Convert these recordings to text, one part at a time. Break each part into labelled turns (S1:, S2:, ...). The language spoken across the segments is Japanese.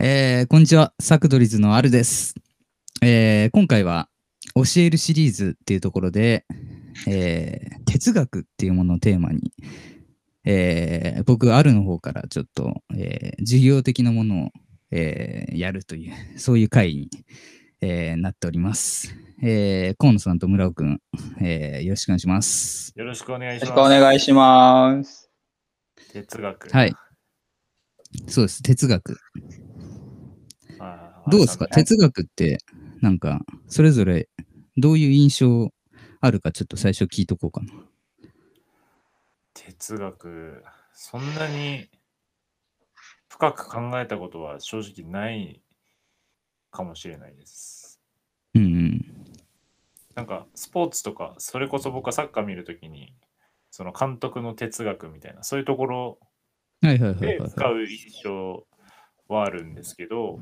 S1: ーこんにちは、サクドリズのアルです。えー今回は、教えるシリーズっていうところで、えー哲学っていうものをテーマに、えー僕、アルの方からちょっと、えー授業的なものを、えーやるという、そういう回に、えーなっております。えー河野さんと村尾くん、えーよろしくお願いします。
S2: よろしくお願い
S3: よろ
S2: し
S3: し
S2: ま
S3: く
S2: す。
S3: お願いします。
S2: 哲学。
S1: はい。そうです、哲学。
S2: あー。
S1: どうですか
S2: 改めて
S1: 哲学って、なんか、それぞれどういう印象あるか、ちょっと最初聞いとこうかな。
S2: 哲学、そんなに深く考えたことは正直ないかもしれないです。
S1: うん
S2: なんかスポーツとか、それこそ僕はサッカー見るときに、その監督の哲学みたいな、そういうところ
S1: うん。はいはいは
S2: で
S1: いはい
S2: 使う印象はあるんですけど、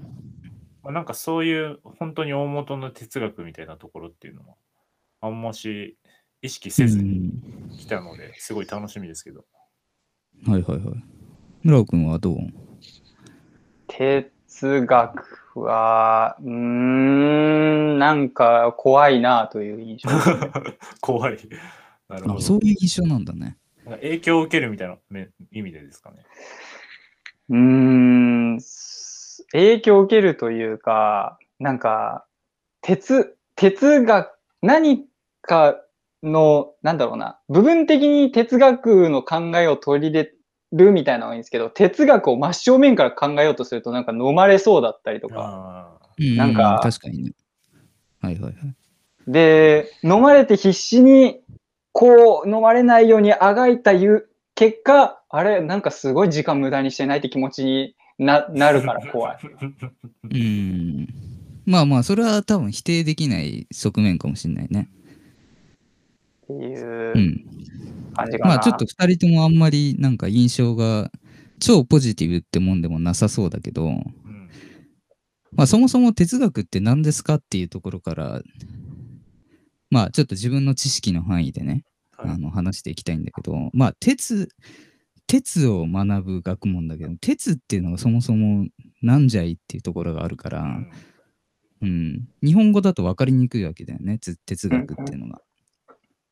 S2: まあ、なんかそういう本当に大元の哲学みたいなところっていうのは、あんまし意識せずに来たので、すごい楽しみですけど。
S1: うんはいはいはい。村尾君はどう
S3: 哲学は、うーん、なんか怖いなという 印象。
S2: 怖い。なるほ
S1: あ
S2: ど。
S1: そういう印象なんだね。
S2: なんか影響を受けるみたいなめ意味でですかね。
S3: うーん、す影響を受けるというか、なんか、哲、哲学、何かの、なんだろうな、部分的に哲学の考えを取り入れるみたいなのはいいんですけど、哲学を真正面から考えようとすると、なんか飲まれそうだったりとか、
S2: ああ。
S1: う
S3: なんか
S1: 確かにね。はいはいはい。
S3: で、飲まれて必死に、こう、飲まれないようにあがいたゆ結果、あれ、なんかすごい時間無駄にしてないって気持ちにななるから怖い。
S1: うん。まあまあ、それは多分否定できない側面かもしれないね。
S3: って
S1: う。
S3: いうん感じかな。
S1: まあちょっと2人ともあんまりなんか印象が超ポジティブってもんでもなさそうだけど、
S2: うん
S1: まあそもそも哲学って何ですかっていうところから、まあちょっと自分の知識の範囲でね、
S2: は
S1: あ
S2: い
S1: の話していきたいんだけど、まあ哲、哲を学ぶ学問だけど、哲っていうのがそもそもなんじゃいっていうところがあるか
S2: う
S1: ら、
S2: ん
S1: うん、日本語だと分かりにくいわけだよね、つ哲学っていうのが。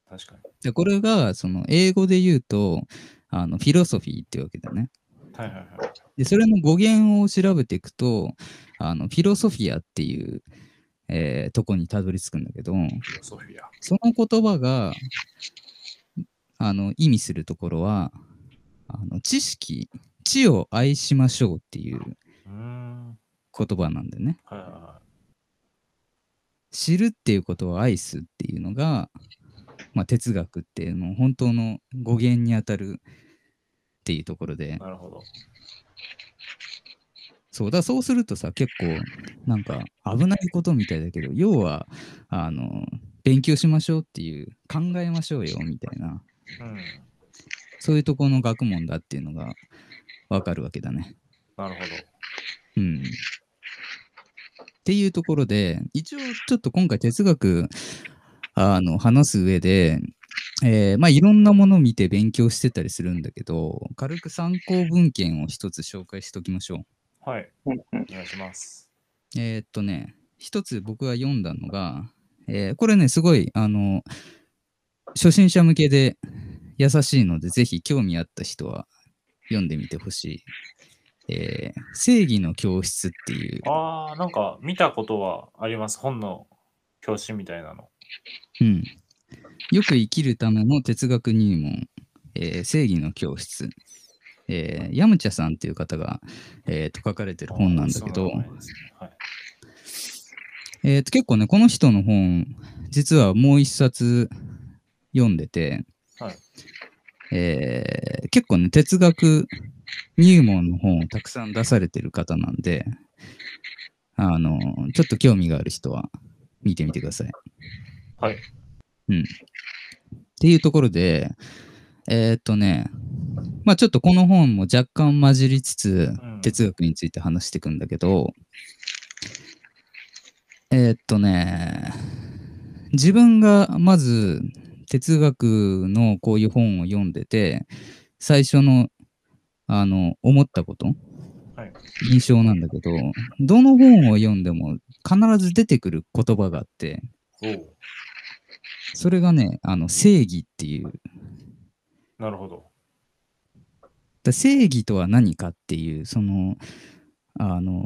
S2: 確かに。
S1: でこれが、その英語で言うと、あのフィロソフィーっていうわけだね。
S2: はいはいはい。
S1: で、それの語源を調べていくと、あの、フィロソフィアっていう、えーとこにたどり着くんだけど、
S2: フィロソフィア。
S1: その言葉が、あの、意味するところは、あの、知識、知を愛しましょうっていう
S2: うーん。
S1: 言葉なんだよね。
S2: はいはいは
S1: 知るっていうことを愛すっていうのが、まあ、哲学っていうの、本当の語源にあたるっていうところで
S2: い。、なるほど。
S1: そうだ、そうするとさ、結構、なんか、危ないことみたいだけど、要は、あの、勉強しましょうっていう、考えましょうよ、みたいな、
S2: うん。
S1: そういうとこの学問だっていうのがわかるわけだね。
S2: なるほど。
S1: うん。っていうところで、一応、ちょっと今回哲学、あの、話す上で、えーまあ、いろんなものを見て勉強してたりするんだけど、軽く参考文献を一つ紹介しておきましょう。
S2: はい。
S3: うんうん
S2: お願いします。
S1: えーっとね、一つ僕が読んだのが、えーこれね、すごい、あの、初心者向けで優しいので、ぜひ興味あった人は読んでみてほしい。えー正義の教室っていう、
S2: ああ、なんか見たことはあります。本の教師みたいなの。
S1: うん、よく生きるための哲学入門、えー正義の教室。えーヤムチャさんっていう方が、えーと書かれてる本なんだけ
S2: そ
S1: ど、
S2: 名前ですねはい。
S1: えーと結構ね、この人の本、実はもう一冊読んでて、
S2: はい
S1: えー結構ね、哲学入門の本をたくさん出されてる方なんで、あの、ちょっと興味がある人は見てみてください。
S2: はい。
S1: っていうところで、えーっとね、まあちょっとこの本も若干混じりつつ
S2: うん、
S1: 哲学について話していくんだけど、えーっとね、自分がまず哲学のこういう本を読んでて、最初の、あの、思ったこと
S2: はいはい。
S1: 印象なんだけど、どの本を読んでも必ず出てくる言葉があって、
S2: おう
S1: それがね、あの正義っていう。だか
S2: なるほど。
S1: ら正義とは何かっていう、その、あの、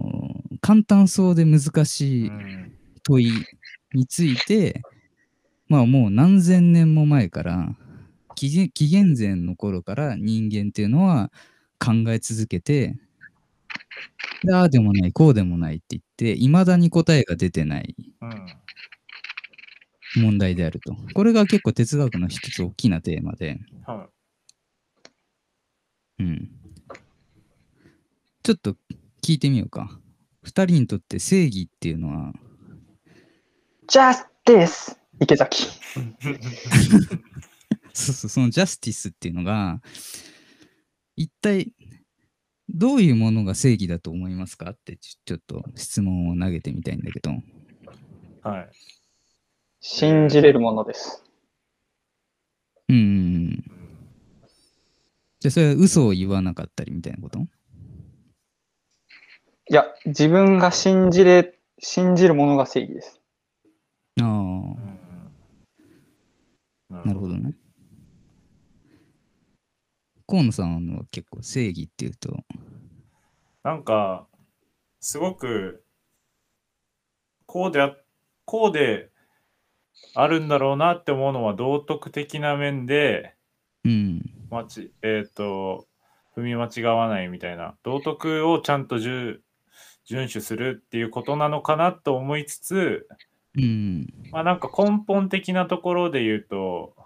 S1: 簡単そうで難
S2: う
S1: しい
S2: ん。
S1: 問いについて、まあもう何千年も前から、紀元紀元前の頃から人間っていうのは考え続けて、でああでもない、こうでもないって言って、いまだに答えが出てない
S2: うん。
S1: 問題であると。これが結構哲学の一つ大きなテーマで、
S2: は
S1: うん。ちょっと聞いてみようか。二人にとって正義っていうのは、
S3: ジャスティス池崎。
S1: そうそう、そのジャスティスっていうのが、一体どういうものが正義だと思いますかってちょ、ちょっと質問を投げてみたいんだけど、
S2: い。はい。
S3: 信じれるものです。
S1: うんうんうん。
S2: うん
S1: じゃあ、それは嘘を言わなかったりみたいなこと
S3: いや、自分が信じれ、信じるものが正義です。
S1: あ
S2: うん
S1: あ、なるほど。ね。河野さんは結構正義っていうと、
S2: なんか、すごく、こうであ、こうであるんだろうなって思うのは道徳的な面で、
S1: うん。
S2: まち、えっ、と、踏み間違わないみたいな、道徳をちゃんと遵遵守するっていうことなのかなと思いつつ、
S1: うん。
S2: まあなんか根本的なところで言うと、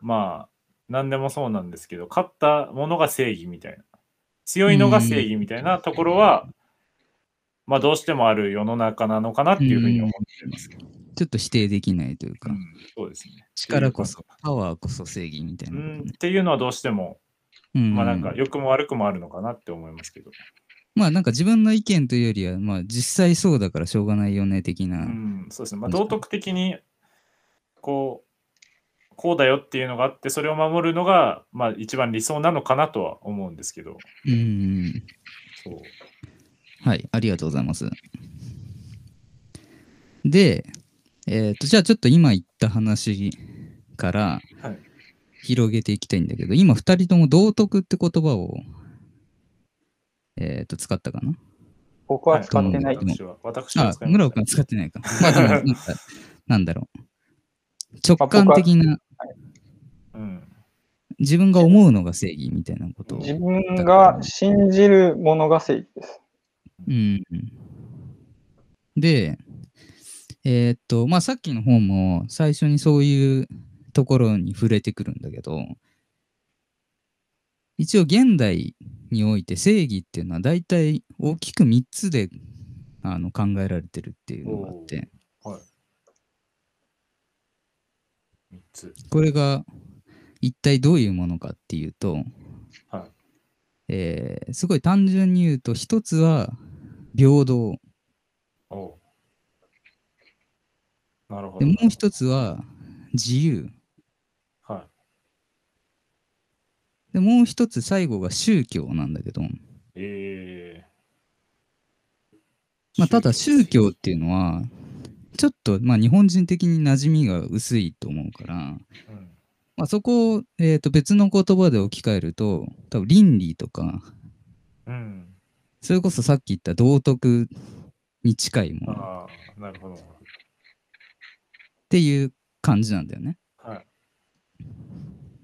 S2: まあ、何でもそうなんですけど、勝ったものが正義みたいな。強いのが正義みたいなところは、まあどうしてもある世の中なのかなっていうふうに思ってますけど。
S1: ちょっと否定できないというか、
S2: うんそうですね。
S1: 力こそ、パワーこそ正義みたいうな。
S2: ん。っていうのはどうしても、
S1: うん
S2: まあなんか良くも悪くもあるのかなって思いますけど。
S1: まあなんか自分の意見というよりは、まあ実際そうだからしょうがないよね的な。
S2: うん、そうですね。まあ
S1: 確か
S2: 道
S1: に
S2: 徳的に、こう、こうだよっていうのがあって、それを守るのが、まあ一番理想なのかなとは思うんですけど。
S1: うんうん。
S2: そう。
S1: はい、ありがとうございます。で、えっと、じゃあちょっと今言った話から
S2: はい
S1: 広げていきたいんだけど、今二人とも道徳って言葉を、えっと、使ったかな
S3: 僕は使ってない。
S1: はい
S2: 私は。私は
S1: あ、
S2: 使いま
S1: 村
S2: し
S1: 岡
S2: た
S1: は使ってないか。まあ でもなんか、なんだろう。直感的な、
S2: うん。
S1: 自分が思うのが正義みたいなことを。
S3: 自分が信じるものが正義です。
S1: うんで、えーっと、まあ、さっきの方も最初にそういうところに触れてくるんだけど、一応現代において正義っていうのは大体大きく3つであの考えられてるっていうのがあって、
S2: はい。三つ。
S1: これが一体どういうものかっていうと、
S2: は
S1: えーすごい単純に言うと、一つは平等、
S2: おうなるほ
S1: で
S2: ど。
S1: もう一つは自由。
S2: は
S1: でもう一つ最後が宗教なんだけど、
S2: い。えー。
S1: まあ、ただ宗教っていう
S2: の
S1: のはちょっとまあ日本人的に馴染みが薄いと思うから、まあ、そこを、えー、と別の言葉で置き換えると多分倫理とか
S2: うん。うん。
S1: それこそさっき言った道徳に近いものっ
S2: ああ、なるほど。
S1: ていう感じなんだよね。
S2: はい。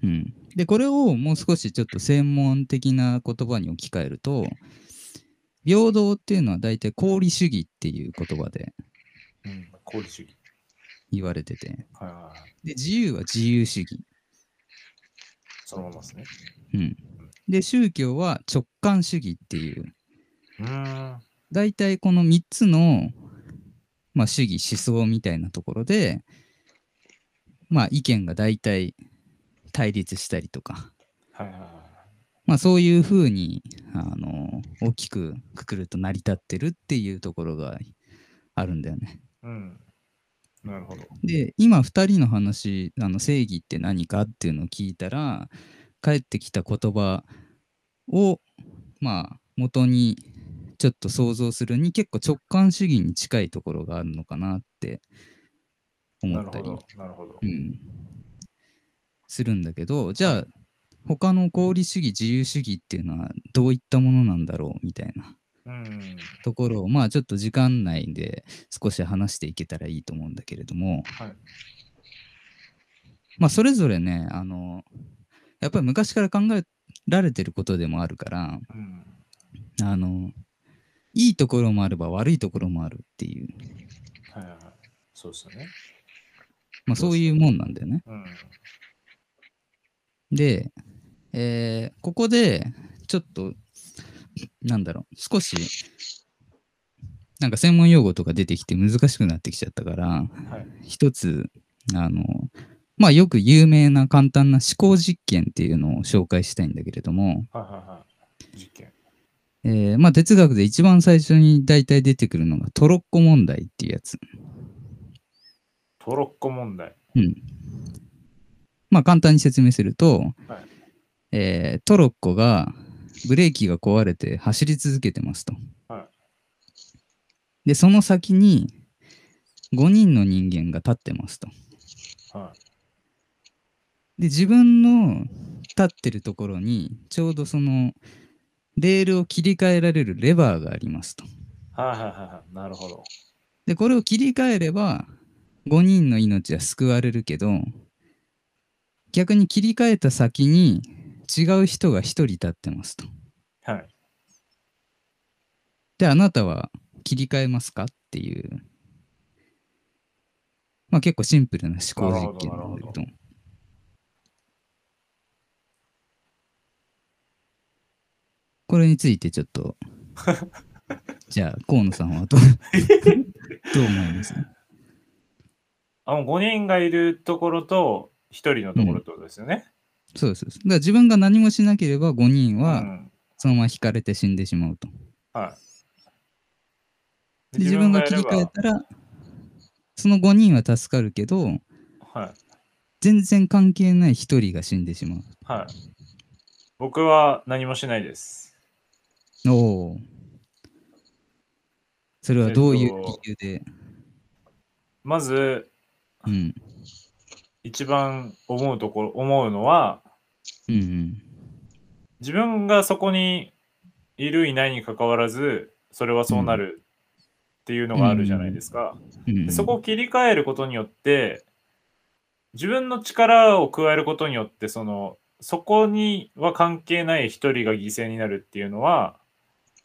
S1: うん、でこれをもう少しちょっと専門的な言葉に置き換えると平等っていうのは大体功利主義っていう言葉で
S2: うん。功利主義。
S1: 言われてて
S2: はいはいはい。
S1: で自由は自由主義
S2: そのままですね。
S1: うん、で宗教は直感主義っていう
S2: うーん。
S1: 大体この3つの、まあ、主義思想みたいなところで、まあ、意見が大体対立したりとか、
S2: はいはいは
S1: まあ、そういうふうにあの大きくくくると成り立ってるっていうところがあるんだよね。
S2: い。うん。なるほど。
S1: で今2人の話あの正義って何かっていうのを聞いたら返ってきた言葉をまあ元にちょっと想像するに結構直感主義に近いところがあるのかなって思
S2: な
S1: っ
S2: る
S1: た
S2: ほ
S1: り、
S2: ど。なるほど
S1: う。ん、するんだけどじゃあ他の功利主義自由主義っていうのはどういったものなんだろうみたいな
S2: うん。
S1: ところをまあちょっと時間内で少し話していけたらいいと思うんだけれども、
S2: はい
S1: まあそれぞれねあのやっぱり昔から考えられてることでもあるから
S2: うん。
S1: あのいいところもあれば悪いところもあるっていう、
S2: はいはいはい。そうですよね。
S1: まあ、そういうもんなんだよね。
S2: うん。
S1: で、えーここでちょっとなんだろう少しなんか専門用語とか出てきて難しくなってきちゃったから、
S2: はい
S1: 一つあのまあよく有名な簡単な思考実験っていうのを紹介したいんだけれども、
S2: はいはいはい。実験。
S1: えーまあ哲学で一番最初に大体出てくるのがトロッコ問題っていうやつ。
S2: トロッコ問題。
S1: うん。まあ簡単に説明すると、
S2: はい
S1: えートロッコがブレーキが壊れて走り続けてますと。
S2: は
S1: で、その先に5人の人間が立ってますと。
S2: は
S1: で、自分の立ってるところにちょうどそのレールを切り替えられるレバーがありますと。
S2: い。はいはいはいはい。なるほど。
S1: で、これを切り替えれば、5人の命は救われるけど、逆に切り替えた先に違う人が1人立ってますと。
S2: はい。
S1: で、あなたは切り替えますかっていう、まあ結構シンプルな思考実験なんだ
S2: なるほ
S1: けど。これについてちょっ と、じゃあ河野さんは どうどう思います
S2: あの5人がいるところと1人のところってことですよね。
S1: そうです。そうですだから自分が何もしなければ5人
S2: う
S1: は
S2: ん
S1: そのまま引かれて死んでしまうと。
S2: はい。
S1: で自分が切り替えたら、その5人は助かるけど、
S2: た。はい。
S1: 全然関係ない1人が死んでしまう。
S2: はい。僕は何もしないです。
S1: おお。それはどういう理由で、
S2: まず、
S1: うん。
S2: 一番思うところ、思うのは、
S1: うんうん。
S2: 自分がそこにいる、いないに関わらず、それはそうなるっていうのがあるじゃないですか。
S1: うんうん
S2: でそこを切り替えることによって、自分の力を加えることによって、その、そこには関係ない一人が犠牲になるっていうのは、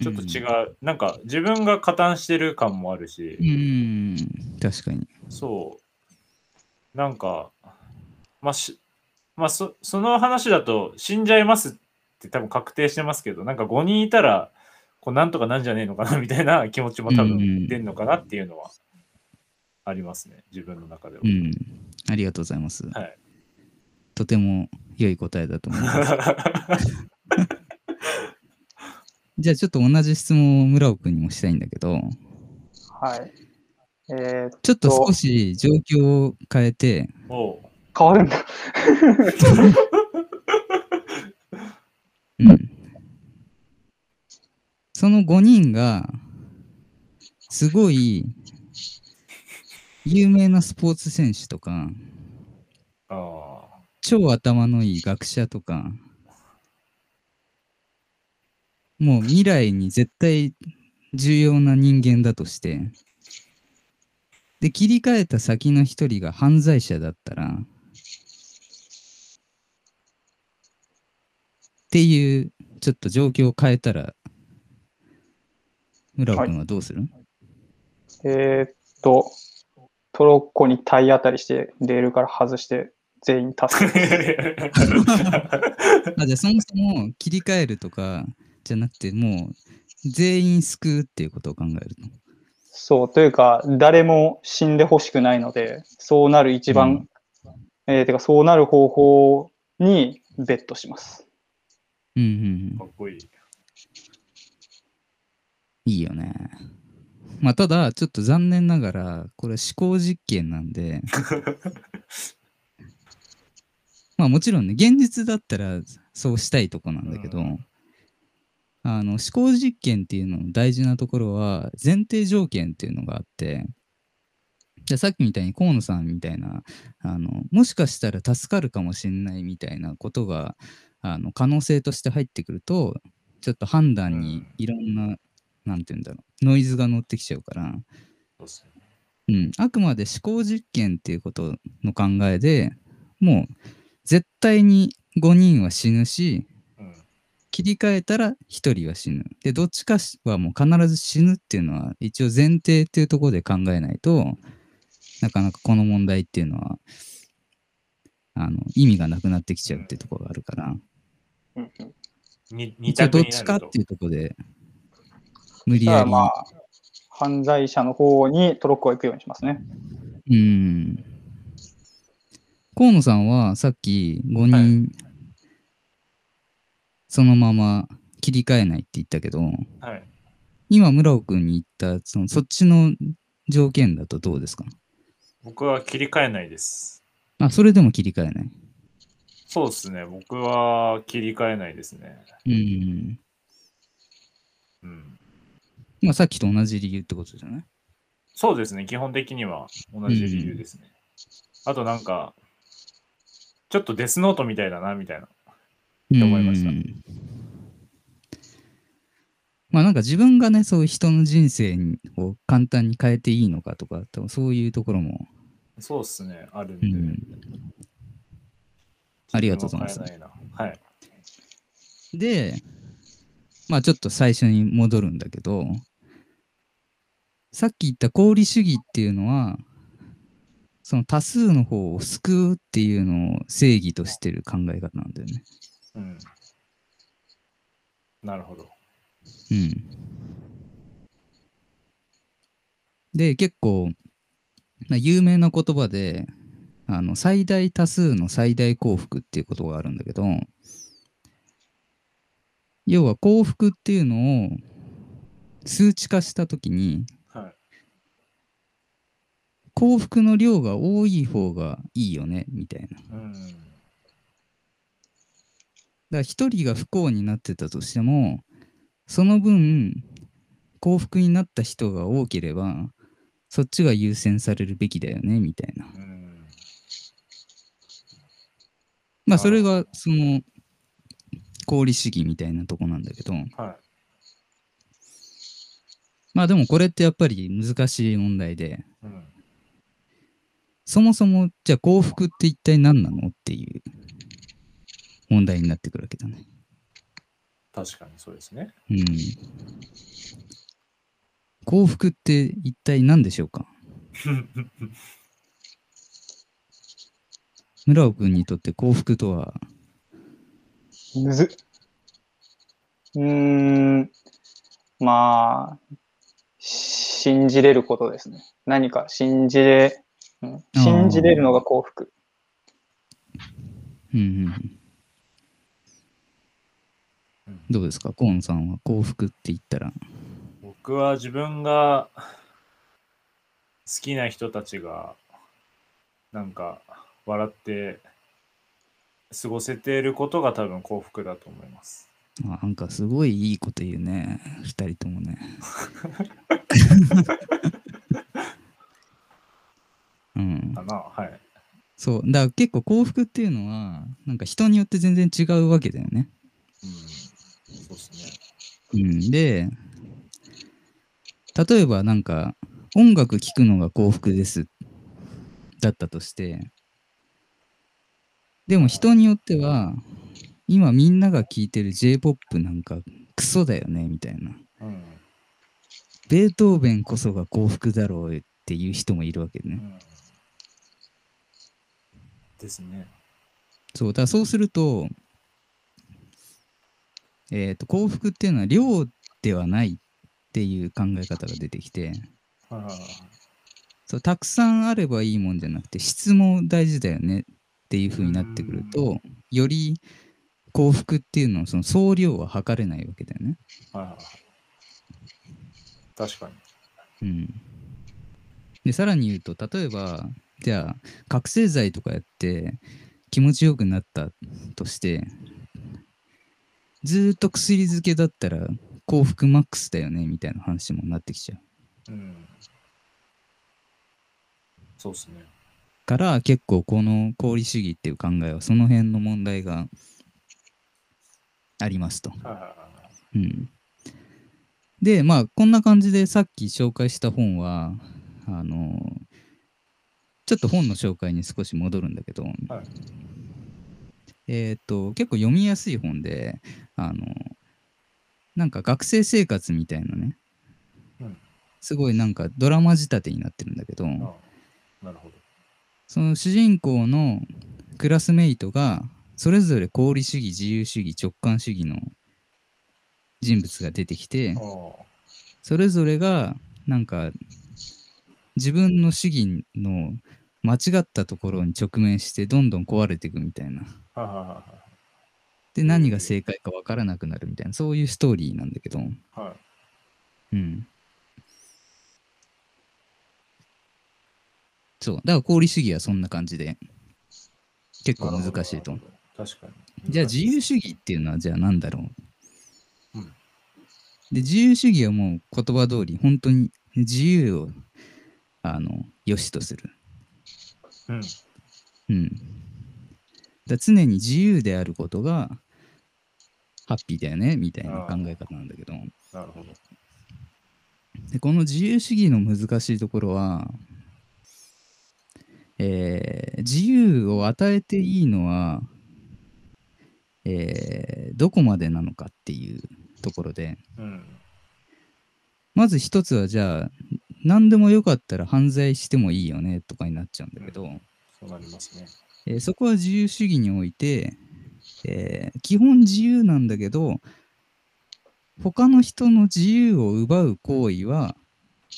S2: ちょっと違う。なんか、自分が加担してる感もあるし、
S1: うんうんうん。確かに。
S2: そう。なんか、まあし、まあそ、その話だと、死んじゃいますって多分確定してますけど、なんか5人いたら、こうなんとかなんじゃねえのかなみたいな気持ちも多
S1: うんうん
S2: 分出んのかなっていうのはありますね、自分の中では。
S1: うん。ありがとうございます。
S2: はい
S1: とても良い答えだと思います。 じゃあちょっと同じ質問を村尾君にもしたいんだけど、
S3: はい。えー、
S1: ちょっと少し状況を変えて、
S2: おう
S3: 変わるんだ。
S1: うん、その5人が、すごい有名なスポーツ選手とか、
S2: あ
S1: 超頭のいい学者とか、もう未来に絶対重要な人間だとして、で、切り替えた先の一人が犯罪者だったら、っていう、ちょっと状況を変えたら、村尾君はどうする、
S3: えーっと、トロッコに体当たりして、レールから外して、全員 助ける。
S2: ー
S1: あじゃあそもそも切り替えるとかじゃなくて、もう全員救うっていうことを考えると。
S3: そう、というか、誰も死んでほしくないので、そうなる一番、えーてか、そうなる方法にベットします。
S1: うんうんうん
S2: かっこいい。
S1: いいよね。まあ、ただ、ちょっと残念ながら、これ思考実験なん で、まあもちろんね、現実だったらそうしたいとこなんだけど、
S2: うん
S1: あの思考実験っていうのの大事なところは前提条件っていうのがあってじゃあさっきみたいに河野さんみたいなあのもしかしたら助かるかもしれないみたいなことがあの可能性として入ってくるとちょっと判断にいろんな、なんて言うんだろうノイズが乗ってきちゃうから、
S2: そうっすね。
S1: うん、あくまで思考実験っていうことの考えでもう絶対に5人は死ぬし
S2: うん。
S1: 切り替えたら1人は死ぬ。で、どっちかはもう必ず死ぬっていうのは一応前提っていうところで考えないとなかなかこの問題っていうのはあの意味がなくなってきちゃうっていうところがあるから、
S3: うんうん
S2: に二
S1: 一応
S2: 択
S1: どっ
S2: にな
S1: ち
S2: る
S1: かっ
S2: と。
S1: ていうところで無理
S3: だ
S1: や
S3: から
S1: り、
S3: まあ、犯罪者の方にトロッコを行くようにしますね。
S1: うん。河野さんはさっき5
S2: は
S1: 人そのまま切り替えないって言ったけど、
S2: はい。
S1: 今村尾君に言ったそのそっちの条件だとどうですか
S2: 僕は切り替えないです。
S1: あそれでも切り替えない。
S2: そうですね。僕は切り替えないですね。
S1: うん。
S2: うん。
S1: まあさっきと同じ理由ってことじゃない
S2: そうですね。基本的には同じ理由ですね。あとなんか、ちょっとデスノートみたいだな、みたいな。て思いました
S1: うんまあなんか自分がねそういう人の人生を簡単に変えていいのかとか多分そういうところも
S2: そうですね。あるん
S1: う
S2: で。
S1: んありがとうございます
S2: 自分は変えないな。はい。
S1: で、まあちょっと最初に戻るんだけど、さっき言った功利主義っていうのは、その多数の方を救うっていうのを正義としてる考え方なんだよね。
S2: うん。なるほど。
S1: うん。で、結構、まあ、有名な言葉で、あの最大多数の最大幸福っていうことがあるんだけど、要は幸福っていうのを数値化したときに、
S2: はい。
S1: 幸福の量が多い方がいいよね、みたいな。だか
S2: うん。
S1: ら一人が不幸になってたとしても、その分、幸福になった人が多ければ、そっちが優先されるべきだよね、みたいな。
S2: うん。
S1: まあ、
S2: あー
S1: それが、その、功利主義みたいなとこなんだけど、
S2: はい。
S1: まあでもこれってやっぱり難しい問題で、
S2: うん。
S1: そもそも、じゃあ幸福って一体何なのっていう問題になってくるわけだね。
S2: 確かにそうです ね。
S1: うん幸福って一体何でしょうか村尾君にとって幸福とは、
S3: むずっうーん。まあ、信じれることですね。何か信じれ、うん、
S1: ー
S3: 信じれるのが幸福。
S1: うんうん
S2: うん
S1: どうですか河野さんは幸福って言ったら。
S2: 僕は自分が好きな人たちがなんか笑って過ごせていることが多分幸福だと思います。
S1: あなんかすごいいいこと言うね。二人ともね。 うん
S2: か、なはい。
S1: そうだから結構幸福っていうのはなんか人によって全然違うわけだよね。
S2: うん。そうです
S1: う
S2: ね。
S1: ん、で例えばなんか音楽聴くのが幸福ですだったとしてでも人によっては今みんなが聴いてる j p o p なんかクソだよねみたいな
S2: うん。
S1: ベートーベンこそが幸福だろうっていう人もいるわけ
S2: う
S1: ね
S2: ん、ですね。
S1: そうだからそうすると,、えー、と幸福っていうのは量ではないっていう考え方が出てきて、
S2: はいはいはい
S1: そうたくさんあればいいもんじゃなくて質も大事だよねっていう風になってくるとより幸福っていうのはその総量は測れないわけだよね。
S2: はいはいはい。確かに。
S1: うん、でさらに言うと例えばじゃあ覚醒剤とかやって気持ちよくなったとしてずーっと薬漬けだったら幸福マックスだよねみたいな話もなってきちゃう
S2: うん。そうですね。
S1: から結構この功利主義っていう考えはその辺の問題がありますと。
S2: はいはいは
S1: う
S2: い
S1: ん、でまあこんな感じでさっき紹介した本はあのちょっと本の紹介に少し戻るんだけど、
S2: はい
S1: えーっと結構読みやすい本であのなんか学生生活みたいなね、
S2: うん
S1: すごいなんかドラマ仕立てになってるんだけど、
S2: はい。ああなるほど。
S1: その主人公のクラスメイトがそれぞれ功利主義自由主義直感主義の人物が出てきて
S2: あ
S1: それぞれがなんか自分の主義の間違ったところに直面してどんどん壊れていくみたいな
S2: あはいはいはい
S1: で何が正解か分からなくなるみたいなそういうストーリーなんだけど
S2: はい。は
S1: う
S2: い。
S1: んそうだから功利主義はそんな感じで結構難しいと
S2: なるほど。確かに。
S1: じゃあ自由主義っていうのはじゃあ何だろう、
S2: うん
S1: で自由主義はもう言葉通り本当に自由をあの良しとする。
S2: うん。
S1: うん、だ常に自由であることがハッピーだよねみたいな考え方なんだけど
S2: なるほど。
S1: でこの自由主義の難しいところは、えー自由を与えていいのは、えーどこまでなのかっていうところで
S2: うん。
S1: まず一つはじゃあ何でもよかったら犯罪してもいいよねとかになっちゃうんだけど、
S2: そうなりますね。
S1: えーそこは自由主義において、えー基本自由なんだけど他の人の自由を奪う行為は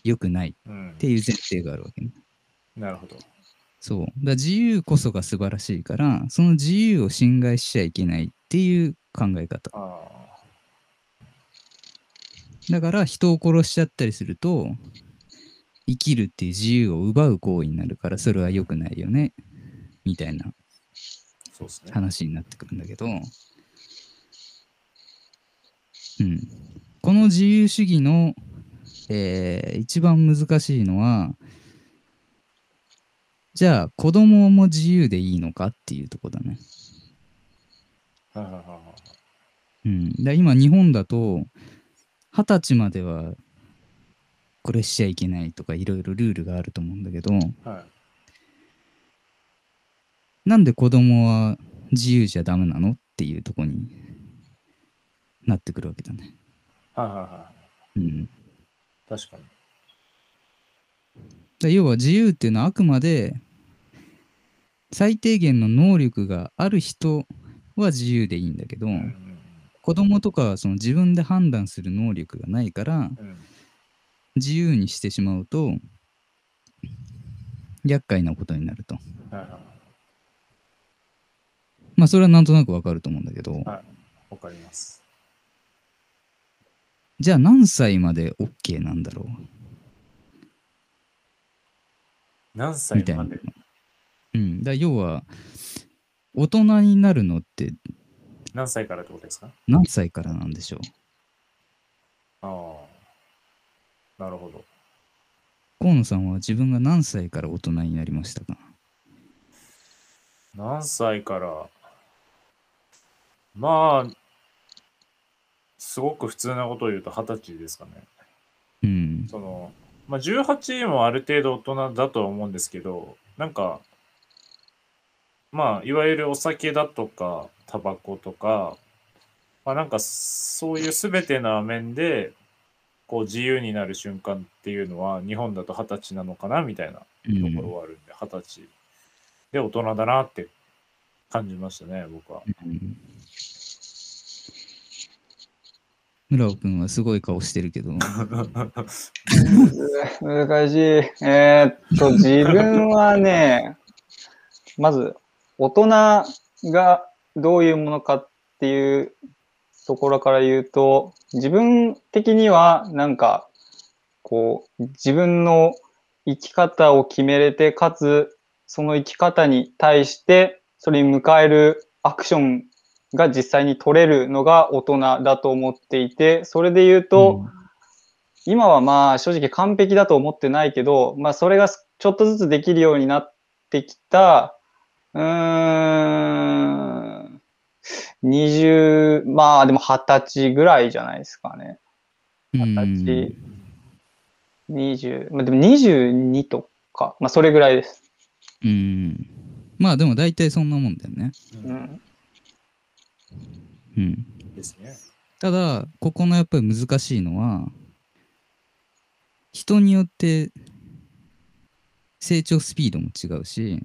S1: 良くない。
S2: うん
S1: って。いう前提があるわけね。
S2: なるほど。
S1: そう。だから自由こそが素晴らしいから、その自由を侵害しちゃいけないっていう考え方。
S2: ああ。
S1: だから人を殺しちゃったりすると、生きるっていう自由を奪う行為になるから、それは良くないよね。みたいな
S2: そうですね。
S1: 話になってくるんだけど、うん。この自由主義の、えー一番難しいのは、じゃあ子供も自由でいいのかっていうとこだね。
S2: はいはいはいはい。
S1: うん、だ今日本だと二十歳まではこれしちゃいけないとかいろいろルールがあると思うんだけど
S2: はい。
S1: なんで子供は自由じゃダメなのっていうとこになってくるわけだね。
S2: はいはいは
S1: うん、だか
S2: い。確かに。
S1: ら要は自由っていうのはあくまで最低限の能力がある人は自由でいいんだけど
S2: うん
S1: 子供とかはその自分で判断する能力がないから
S2: うんうん。うん
S1: 自由にしてしまうと厄介なことになると
S2: はいはいはい。
S1: まあそれはなんとなくわかると思うんだけど、
S2: はいわかります。
S1: じゃあ何歳まで OK なんだろ
S2: 何
S1: うみ
S2: 歳
S1: たい
S2: ま
S1: な
S2: で。
S1: うんだから要は大人になるのって
S2: 何歳からってことですか
S1: 何歳からなんでしょう
S2: ああ。なるほど。
S1: 河野さんは自分が何歳から大人になりましたか
S2: 何歳から。まあ、すごく普通なことを言うと二十歳ですかね。
S1: うん
S2: その、まあ、18もある程度大人だとは思うんですけど、なんか、まあ、いわゆるお酒だとか、タバコとか、まあ、なんか、そういうすべてな面で、こう、自由になる瞬間っていうのは、日本だと二十歳なのかな、みたいなと
S1: うん
S2: ころはあるんで、二十歳で大人だなって感じましたね、僕は。
S1: うん村尾君はすごい顔してるけ ど
S3: 難しい。えーっと、自分はね、 まず、大人がどういうものかっていうところから言うと、自分的には、なんか、こう、自分の生き方を決めれて、かつ、その生き方に対して、それに迎えるアクションが実際に取れるのが大人だと思っていて、それで言うと、今はまあ正直完璧だと思ってないけど、まあそれがすちょっとずつできるようになってきた、うーん、20、まあでも20歳ぐらいじゃないですかね。
S1: うん、
S3: 二十歳、20、まあでも22とか、まあそれぐらいです。
S1: うん、うん。まあでも大体そんなもんだよね。
S3: う
S2: うん
S3: ん。
S1: うん。
S2: ですね。
S1: ただ、ここのやっぱり難しいのは、人によって成長スピードも違うし、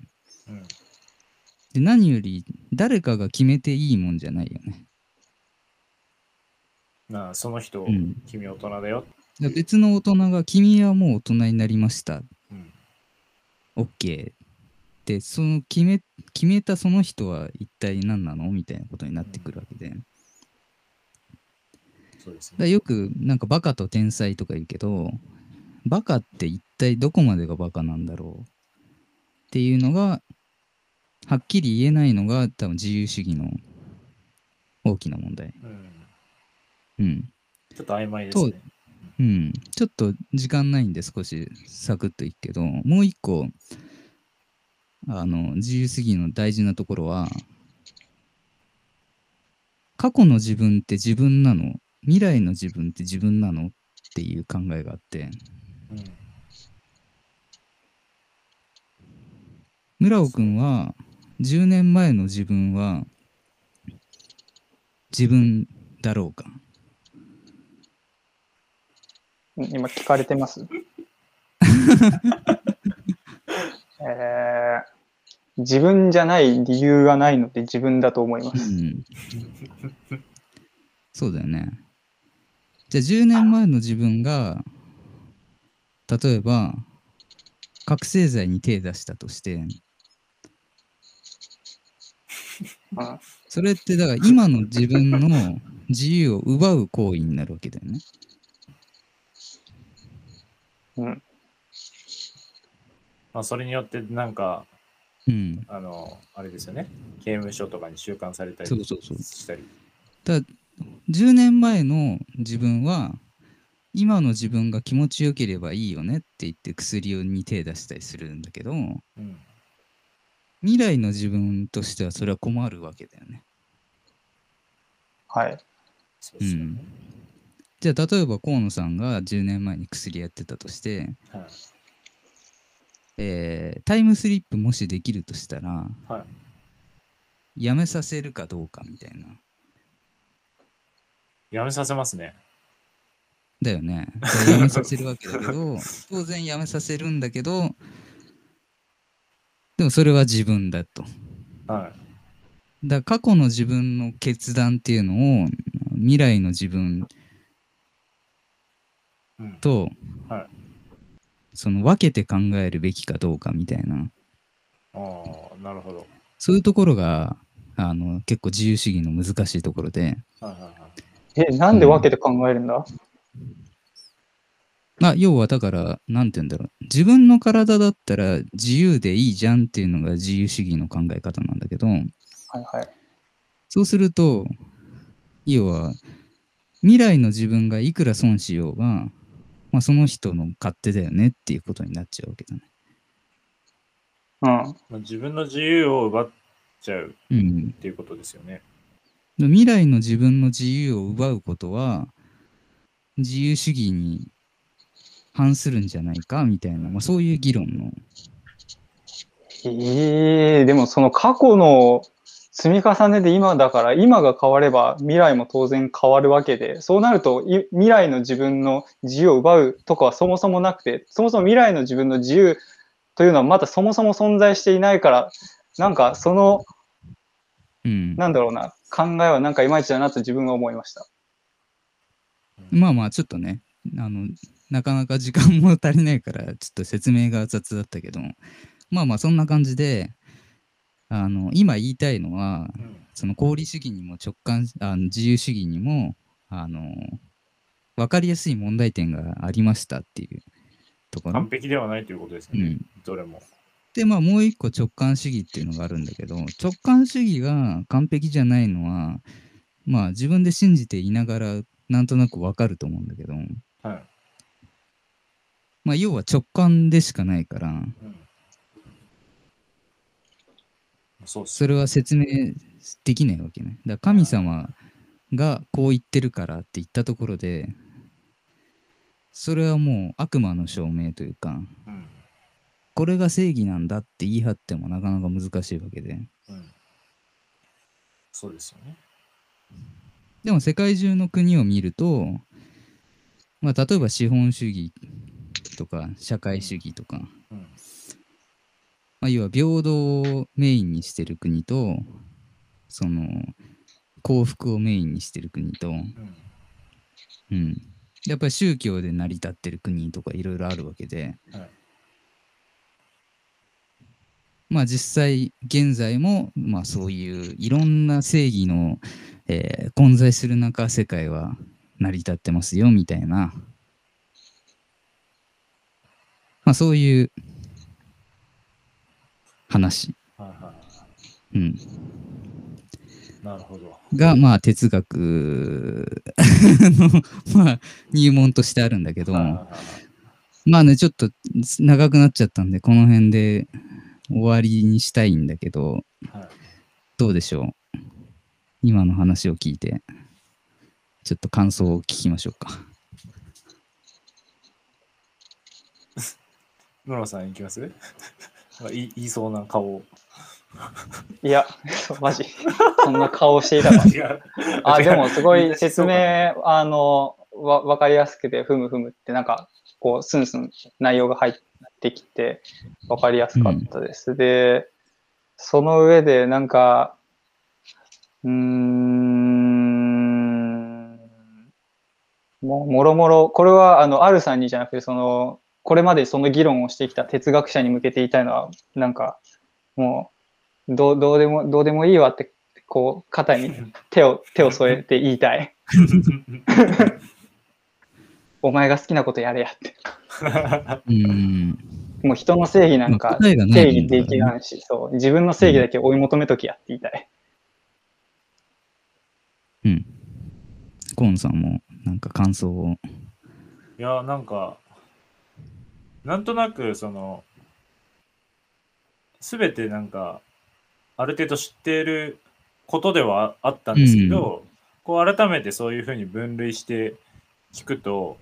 S2: うん
S1: で何より誰かが決めていいもんじゃないよね。
S2: なあその人、
S1: うん
S2: 君大人だよ。
S1: だから別の大人が、君はもう大人になりました、
S2: うん。
S1: OK って、その決め決めたその人は一体何なのみたいなことになってくるわけで。だか
S2: そうですね。
S1: らよくなんかバカと天才とか言うけど、バカって一体どこまでがバカなんだろうっていうのが、はっきり言えないのが多分自由主義の大きな問題。
S2: うん。
S1: うん。
S2: ちょっと曖昧ですね。
S1: うん、ちょっと時間ないんで少しサクッといくけどもう一個あの自由主義の大事なところは過去の自分って自分なの未来の自分って自分なのっていう考えがあって
S2: うん。
S1: 村尾君は10年前の自分は自分だろうか
S3: 今聞かれてます えー自分じゃない理由がないので自分だと思います。
S1: うんそうだよね。じゃあ10年前の自分が、例えば、覚醒剤に手出したとして、
S3: うん
S1: それってだから今の自分の自由を奪う行為になるわけだよね。
S3: うん
S2: まあ、それによって、なんか、
S1: うん。
S2: あの、あれですよね。刑務所とかに収監されたり
S1: そうそうそう。
S2: したり。
S1: 10年前の自分は、今の自分が気持ちよければいいよねって言って薬に手出したりするんだけど、
S2: うん。
S1: 未来の自分としてはそれは困るわけだよね。
S3: はい。
S2: そうですよね。
S1: じゃあ例えば河野さんが10年前に薬やってたとして、
S2: はい。
S1: えータイムスリップもしできるとしたら、
S2: は
S1: やめさせるかどうかみたいな。
S2: やめさせますね。
S1: だよね。だからやめさせるわけだけ ど、当然やめさせるんだけど、でもそれは自分だと。
S2: は
S1: だから過去の自分の決断っていうのを未来の自分
S2: い。うん。
S1: と、
S2: は
S1: その分けて考えるべきかどうかみたいな。
S2: ああ、なるほど。
S1: そういうところが、あの、結構自由主義の難しいところで、
S2: はいはいはい。
S3: え、なんで分けて考えるんだ、
S1: まあ、要はだから、なんて言うんだろう。自分の体だったら自由でいいじゃんっていうのが自由主義の考え方なんだけど、
S3: はいはい。
S1: そうすると、要は、未来の自分がいくら損しようが、まあ、その人の勝手だよねっていうことになっちゃうわけだね。
S3: うん。
S2: まあ、自分の自由を奪っちゃう
S1: うん。
S2: っていうことですよね。
S1: 未来の自分の自由を奪うことは、自由主義に反するんじゃないかみたいな、まあ、そういう議論の
S3: ええでもその過去の積み重ねで今だから、今が変われば未来も当然変わるわけで、そうなるとい未来の自分の自由を奪うとかはそもそもなくて、そもそも未来の自分の自由というのはまだそもそも存在していないから、なんかその、
S1: うん、
S3: なんだろうな、考えはなんかいまいちだなと自分は思いました。
S1: まあまあ、ちょっとね、あの、なかなか時間も足りないから、ちょっと説明が雑だったけど、まあまあ、そんな感じで、あの、今言いたいのは、
S2: うん。
S1: その、功利主義にも直感、あの自由主義にも、あの、分かりやすい問題点がありましたっていうところ
S2: 完。璧ではないということです
S1: う
S2: ね。
S1: ん、
S2: どれも。
S1: で、まあ、もう一個直感主義っていうのがあるんだけど、直感主義が完璧じゃないのは、まあ、自分で信じていながら、なんとなくわかると思うんだけど、
S2: はい。
S1: まあ、要は直感でしかないから、
S2: うん、そうっす
S1: それは説明できないわけね。だから神様がこう言ってるからって言ったところで、それはもう悪魔の証明というか、
S2: うん。
S1: これが正義なんだって言い張ってもなかなか難しいわけで。
S2: うん。そうですよね。
S1: でも世界中の国を見ると、まあ、例えば資本主義とか社会主義とか、
S2: うん。
S1: まあ、要は平等をメインにしてる国と、その幸福をメインにしてる国と、
S2: うん。
S1: うん、やっぱり宗教で成り立ってる国とかいろいろあるわけで、
S2: はい
S1: まあ実際現在も、まあ、そういういろんな正義の、えー混在する中世界は成り立ってますよみたいな、まあ、そういう話、
S2: はいはいは
S1: うん、
S2: い。なるほど。
S1: がまあ哲学の、 まあ、入門としてあるんだけど。
S2: はいはいはいはい
S1: まあね、ちょっと長くなっちゃったんで、この辺で終わりにしたいんだけど、
S2: はい
S1: どうでしょう今の話を聞いて、ちょっと感想を聞きましょうか。
S2: 野呂さんいきます まあ言い言いそうな顔。
S3: いや、 そうマジ。そんな顔していたか
S2: 違う
S3: あ、でもすご
S2: みん
S3: い
S2: なしそ
S3: 説
S2: うか
S3: 明、あの、わ、わかりやすくて、ふむふむって、なんか、こう、スンスン内容が入ってきて、わかりやすかったです。で、その上で、なんか、うーん、もう、もろもろ、これは、あの、あるさんにじゃなくて、その、これまでその議論をしてきた哲学者に向けて言いたいのは、なんか、もう、どう、どうでも、どうでもいいわって、こう、肩に手を、手を添えて言いたい。お前が好きなことやれやって。
S1: うーん。
S3: もう人の正義なん
S1: まあ
S3: か
S1: 答えがない
S3: 定義できないし、そう、自分の正義だけ追い求めときやって言いたい。
S1: うん。コーンさんも、なんか感想を。
S2: いや、なんか、なんとなく、その、すべてなんか、ある程度知っていることではあったんですけど、こう改めてそういうふうに分類して聞くと、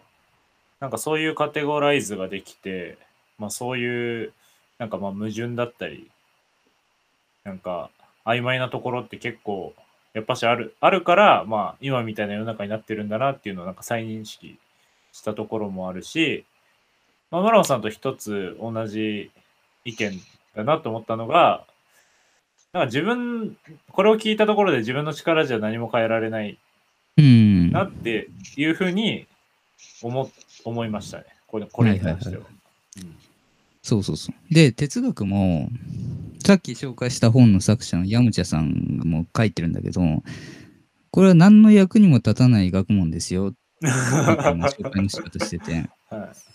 S2: なんかそういうカテゴライズができて、まあそういう、なんかまあ矛盾だったり、なんか曖昧なところって結構、やっぱしある、あるから、まあ今みたいな世の中になってるんだなっていうのをなんか再認識したところもあるし、まあ、マロンさんと一つ同じ意見だなと思ったのが、なんか自分、これを聞いたところで自分の力じゃ何も変えられない
S1: うん。
S2: なっていうふうに思思いましたね。これこれに関しては。
S1: そうそうそう。で、哲学も、さっき紹介した本の作者のヤムチャさんも書いてるんだけど、これは何の役にも立たない学問ですよなんか今紹介の仕方してて。
S2: はい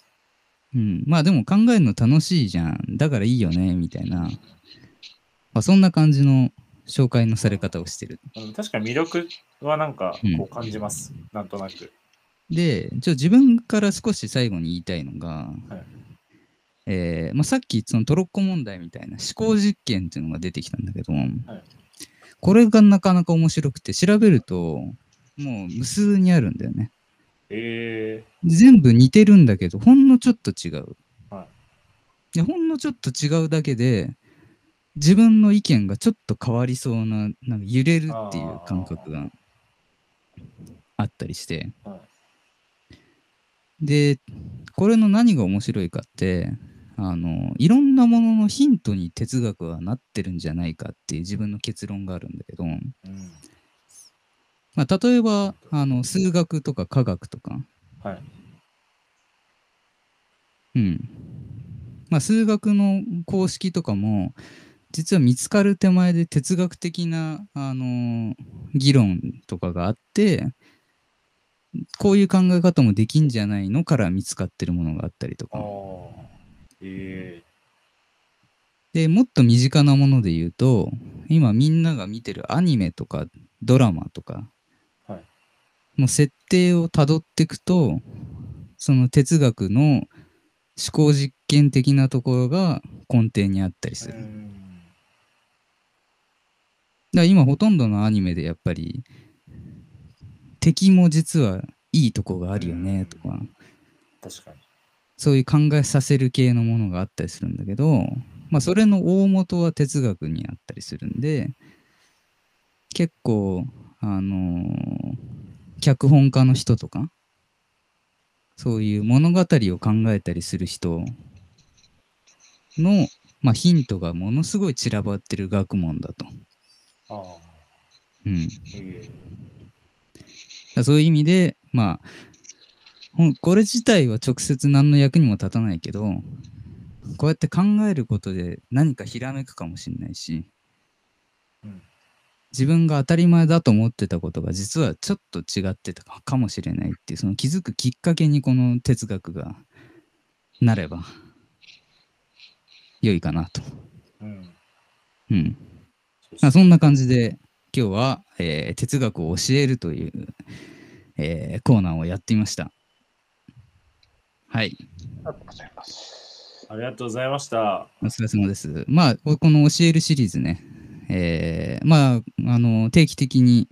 S1: うん、まあでも考えるの楽しいじゃん。だからいいよね、みたいな。まあ、そんな感じの紹介のされ方をしてる。
S2: うん確かに魅力はなんか
S1: うん
S2: こう感じます。なんとなく。
S1: で、ちょ自分から少し最後に言いたいのが、
S2: はい
S1: えーまあ、さっきそのトロッコ問題みたいな思考実験っていうのが出てきたんだけど、これがなかなか面白くて、調べると、もう無数にあるんだよね。
S2: え
S1: 全部似てるんだけど、ほんのちょっと違う。
S2: は
S1: で、ほんのちょっと違うだけで、自分の意見がちょっと変わりそうな、なんか揺れるっていう感覚があったりして。
S2: ーは
S1: で、これの何が面白いかって、あの、いろんなもののヒントに哲学はなってるんじゃないかっていう自分の結論があるんだけど、
S2: い。うん
S1: まあ、例えば、あの、数学とか科学とか、
S2: はい。
S1: うん。まあ、数学の公式とかも、実は見つかる手前で哲学的な、あのー議論とかがあって、こういう考え方もできんじゃないのから見つかってるものがあったりと
S2: あ
S1: か
S2: あ。。え
S1: で、もっと身近なもので言うと、今みんなが見てるアニメとかドラマとか、
S2: はい
S1: もう設定をたどっていくと、その哲学の思考実験的なところが根底にあったりする。だか
S2: ん
S1: ら今ほとんどのアニメでやっぱり、敵も実はいいとこがあるよねとか、
S2: 確かに。
S1: そういう考えさせる系のものがあったりするんだけど、まあ、それの大元は哲学にあったりするんで結構あのー脚本家の人とかそういう物語を考えたりする人の、まあ、ヒントがものすごい散らばってる学問だと。
S2: ああ、
S1: うん
S2: ええ
S1: だからそういう意味で、まあ、ほんこれ自体は直接何の役にも立たないけど、こうやって考えることで何かひらめくかもしれないし、
S2: うん
S1: 自分が当たり前だと思ってたことが実はちょっと違ってたかかもしれないっていう、その気づくきっかけにこの哲学がなれば良いかなと。
S2: うん。
S1: うん。
S2: そう
S1: ま
S2: そ
S1: あ、
S2: う
S1: そんな感じで今日は、えー哲学を教えるという、えーコーナーをやってみました。はい、
S3: ありがとうございます。
S2: ありがとうございました。
S1: お疲れ様です。まあ、ここの教えるシリーズね、えーまあ、あの定期的に、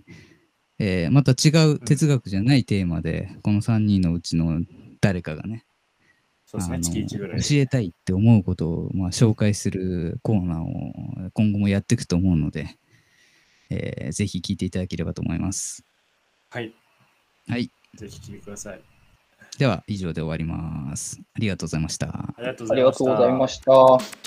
S1: えーまた違う哲学じゃないテーマで、この3人のうちの誰かがね、
S2: そうです
S1: あ
S2: ね、
S1: の
S2: 月1ぐらい。
S1: 教えたいって思うことを、まあ、紹介するコーナーを今後もやっていくと思うので、えーぜひ聞いていただければと思います。
S2: はい。
S1: はい。
S2: ぜひ聞いてください。
S1: では、以上で終わります。ありがとうございました。
S2: ありがとう
S3: ありがとうございました。